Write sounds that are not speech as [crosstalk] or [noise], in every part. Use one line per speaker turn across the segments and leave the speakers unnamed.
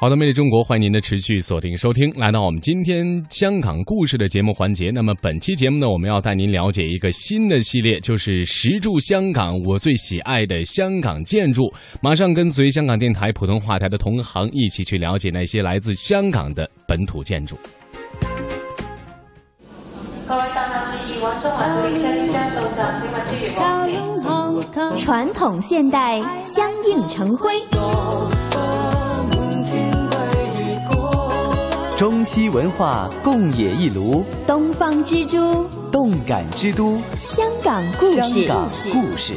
好的，魅力中国，欢迎您的持续锁定收听，来到我们今天香港故事的节目环节。那么本期节目呢，我们要带您了解一个新的系列，就是十住香港我最喜爱的香港建筑。马上跟随香港电台普通话台的同行一起去了解那些来自香港的本土建筑。
各位乘客注意，往中環古力車即將到站，請勿超越黃線。
传统现代相映成辉，
中西文化共冶一炉，
东方之珠，
动感之都，
香港故
香
事。
港故事。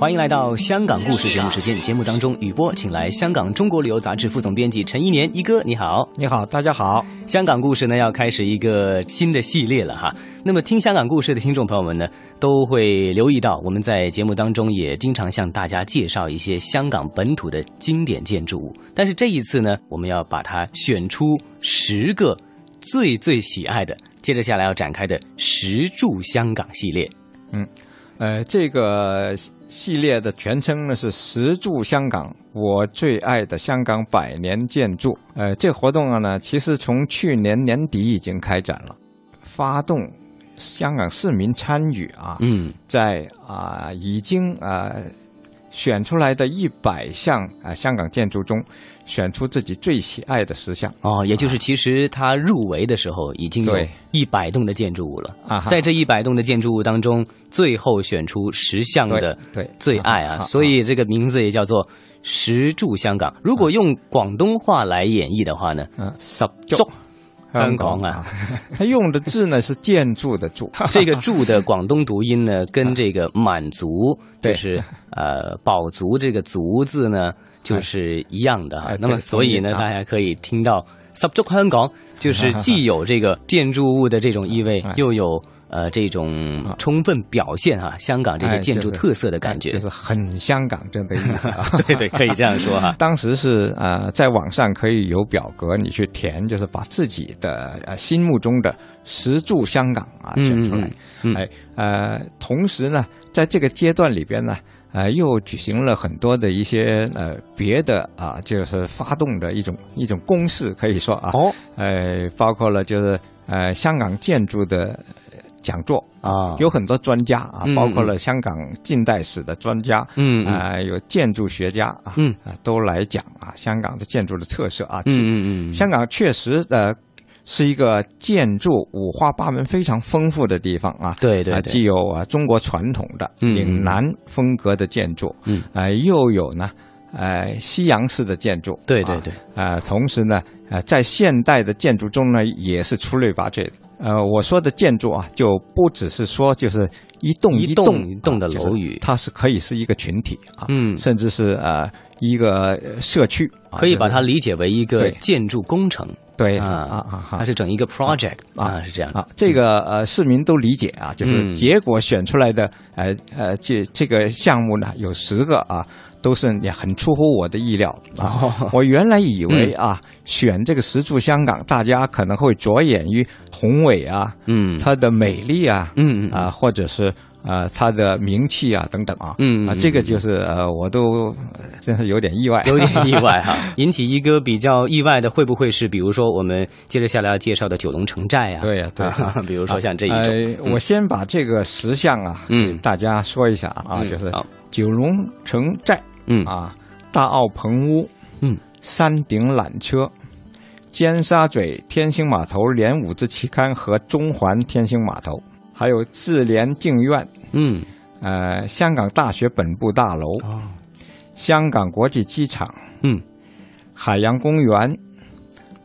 欢迎来到《香港故事》节目时间。节目当中，雨波请来香港《中国旅游杂志》副总编辑陈一年一哥，你好。
你好，大家好。
香港故事呢要开始一个新的系列了哈。那么听香港故事的听众朋友们呢，都会留意到我们在节目当中也经常向大家介绍一些香港本土的经典建筑物。但是这一次呢，我们要把它选出十个最最喜爱的，接着下来要展开的十住香港系列。
呃，这个系列的全称呢是“十住香港，我最爱的香港百年建筑”。呃，这活动啊呢，其实从去年年底已经开展了，发动香港市民参与啊，
嗯
在啊、已经啊、选出来的一百项啊、香港建筑中，选出自己最喜爱的十项
哦，也就是其实它入围的时候已经有
对
一百栋的建筑物了，
啊哈，
在这一百栋的建筑物当中，最后选出十项
对
的
对
最爱啊，所以这个名字也叫做“十住香港”。如果用广东话来演绎的话呢，
嗯
十
足
足香港啊，
他用的字呢是建筑的
[laughs]
筑， [laughs]
这个“住”的广东读音呢，跟这个满族就
对
是呃饱足这个“足”字呢，就是一样的哈
哎。
那么
这个
所以呢，
同意啊
大家可以听到“十足香港”，就是既有这个建筑物的这种意味
[laughs] 哎，啊
又有。呃，这种充分表现哈、香港这些
哎
建筑
就是
特色的感觉，
就是很香港这样的意思啊。
[laughs] 对
[laughs]
对，可以这样说哈、
当时是呃，在网上可以有表格，你去填，就是把自己的呃心目中的十住香港啊选出来。
嗯嗯
哎呃，同时呢，在这个阶段里边呢，呃，又举行了很多的一些呃别的啊、就是发动的一种一种攻势，可以说啊，
哦
呃，包括了就是呃香港建筑的呃讲座，
啊，
有很多专家啊
嗯，
包括了香港近代史的专家，
嗯嗯
啊、有建筑学家啊，
嗯
啊，都来讲啊，香港的建筑的特色啊，其
嗯嗯嗯，
香港确实呃是一个建筑五花八门非常丰富的地方啊，
对对
啊，
对
既有啊中国传统的
嗯嗯
岭南风格的建筑，
嗯，
呃，又有呢。呃，西洋式的建筑，
对对
啊
对，
呃，同时呢，呃，在现代的建筑中呢，也是出类拔萃的。呃，我说的建筑啊，就不只是说就是一栋
一
栋
栋一栋的
啊就是
楼宇
它是可以是一个群体啊，
嗯
甚至是呃一个呃社区，啊
可以
就是
把它理解为一个
对
建筑工程
对
啊
啊啊
它是整一个 project
啊
啊，是这样
啊，这个呃市民都理解啊，就
嗯
是结果选出来的呃呃这这个项目呢有十个啊，都是也很出乎我的意料啊。
哦
[laughs] 我原来以为
嗯
啊，选这个十柱香港，大家可能会着眼于宏伟啊，
嗯
它的美丽啊，
嗯嗯
啊，或者是呃它的名气啊等等啊，
嗯嗯
啊，这个就是呃我都呃真是有点意外，
[laughs] 有点意外哈，
[laughs]
引起一个比较意外的，会不会是比如说我们接着下来要介绍的九龙城寨啊？
对呀对呀
比如说像 [laughs] 这一种，
呃，我先把这个十项啊，
嗯
大家说一下啊，
嗯
就是
好
九龙城寨
嗯
啊，大澳棚屋，
嗯，
山顶缆车，尖沙咀天星码头连五支期刊和中环天星码头，还有智联静苑，
嗯
呃，香港大学本部大楼，
哦
香港国际机场，
嗯
海洋公园、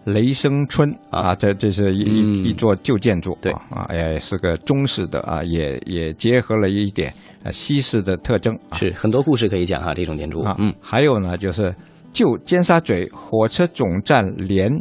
雷声村
啊
啊，这这是一一
嗯
一座旧建筑，
对
啊，也是个中式的啊，也也结合了一点呃西式的特征啊
是很多故事可以讲哈，这种建筑
啊，
嗯，
还有呢就是旧尖沙咀火车总站连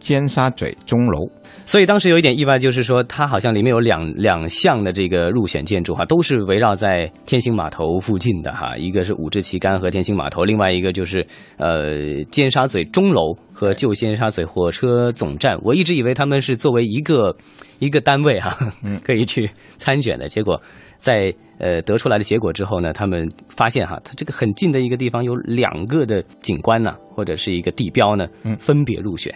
尖沙咀钟楼。
所以当时有一点意外，就是说它好像里面有两两项的这个入选建筑哈，都是围绕在天星码头附近的哈，一个是五支旗杆和天星码头，另外一个就是呃尖沙咀钟楼和旧尖沙咀火车总站。我一直以为他们是作为一个一个单位哈、 [laughs] 可以去参选的，结果在呃得出来的结果之后呢，他们发现哈，它这个很近的一个地方有两个的景观呢、或者是一个地标呢，分别入选。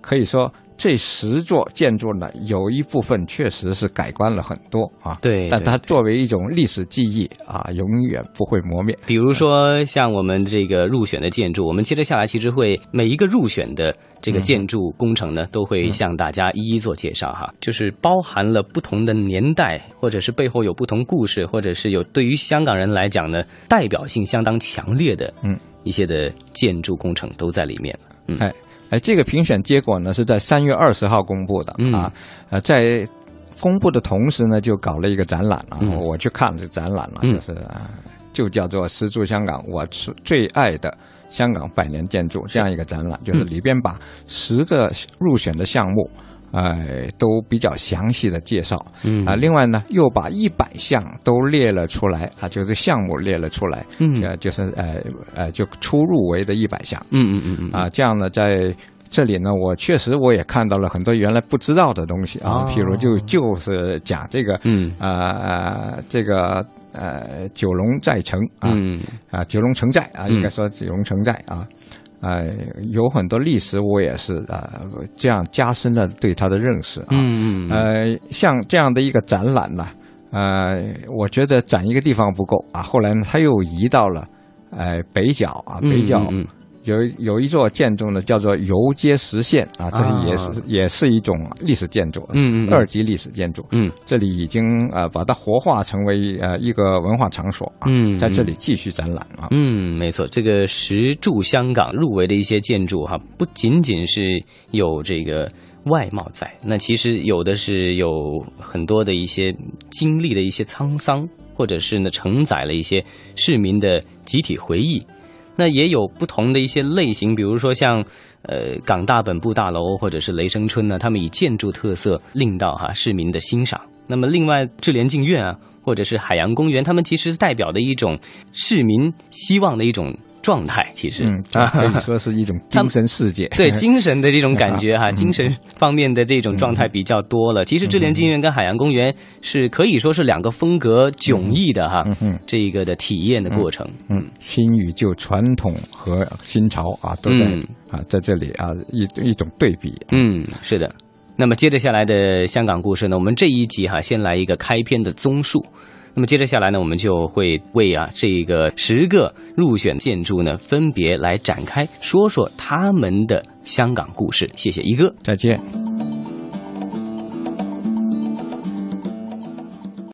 可以说这十座建筑呢，有一部分确实是改观了很多啊。
对
但
对
它作为一种历史记忆啊，永远不会磨灭。
比如说像我们这个入选的建筑，我们接着下来其实会每一个入选的这个建筑工程呢，都会向大家一一做介绍哈，就是包含了不同的年代，或者是背后有不同故事，或者是有对于香港人来讲呢，代表性相当强烈的
嗯
一些的建筑工程都在里面了。嗯
哎哎，这个评选结果呢是在三月二十号公布的
嗯
啊，呃，在公布的同时呢，就搞了一个展览啊，
嗯
我去看了这展览了、
嗯
就是、啊、就叫做“石柱香港，我最最爱的香港百年建筑”这样一个展览，
嗯
就是里边把十个入选的项目。哎，都比较详细的介绍，
嗯
啊，另外呢，又把一百项都列了出来啊，就是项目列了出来，
嗯
呃，就是呃呃，就初入围的一百项，
嗯嗯嗯嗯
啊，这样呢，在这里呢，我确实我也看到了很多原来不知道的东西啊，
哦
譬如就就是讲这个，
嗯
呃呃，这个呃九龙寨城啊、
嗯
啊，九龙城寨啊，
嗯
应该说九龙城寨啊。呃，有很多历史，我也是啊、呃这样加深了对它的认识啊。
嗯嗯嗯
呃，像这样的一个展览呢，呃，我觉得展一个地方不够啊，后来呢，它又移到了呃北角啊，
嗯
北角、
嗯嗯
有有一座建筑呢，叫做游街实线啊，这
啊
也是、也是一种历史建筑，
嗯嗯嗯
二级历史建筑，
嗯，
这里已经呃把它活化成为呃一个文化场所啊，
嗯嗯
在这里继续展览啊，
嗯，没错，这个石柱香港入围的一些建筑哈、不仅仅是有这个外貌在，那其实有的是有很多的一些经历的一些沧桑，或者是呢承载了一些市民的集体回忆。那也有不同的一些类型，比如说像呃港大本部大楼或者是雷声春呢，他们以建筑特色令到哈、市民的欣赏。那么另外智联净苑啊，或者是海洋公园，他们其实代表的一种市民希望的一种状态，其实。
嗯，
[laughs]
这可以说是一种
他
精
们
神世界，
对精神的这种感觉
[laughs] 嗯
哈，精神方面的这种状态比较多了。其实智联净苑跟海洋公园是可以说是两个风格迥异的哈
嗯哼，
这个的体验的过程。
嗯，新与旧、传统和新潮啊，都在、
嗯
啊，在这里啊，一一种对比。
嗯，是的。那么接着下来的香港故事呢，我们这一集哈、先来一个开篇的综述。那么接着下来呢，我们就会为啊这个十个入选建筑呢，分别来展开说说他们的香港故事。谢谢一哥。
再见。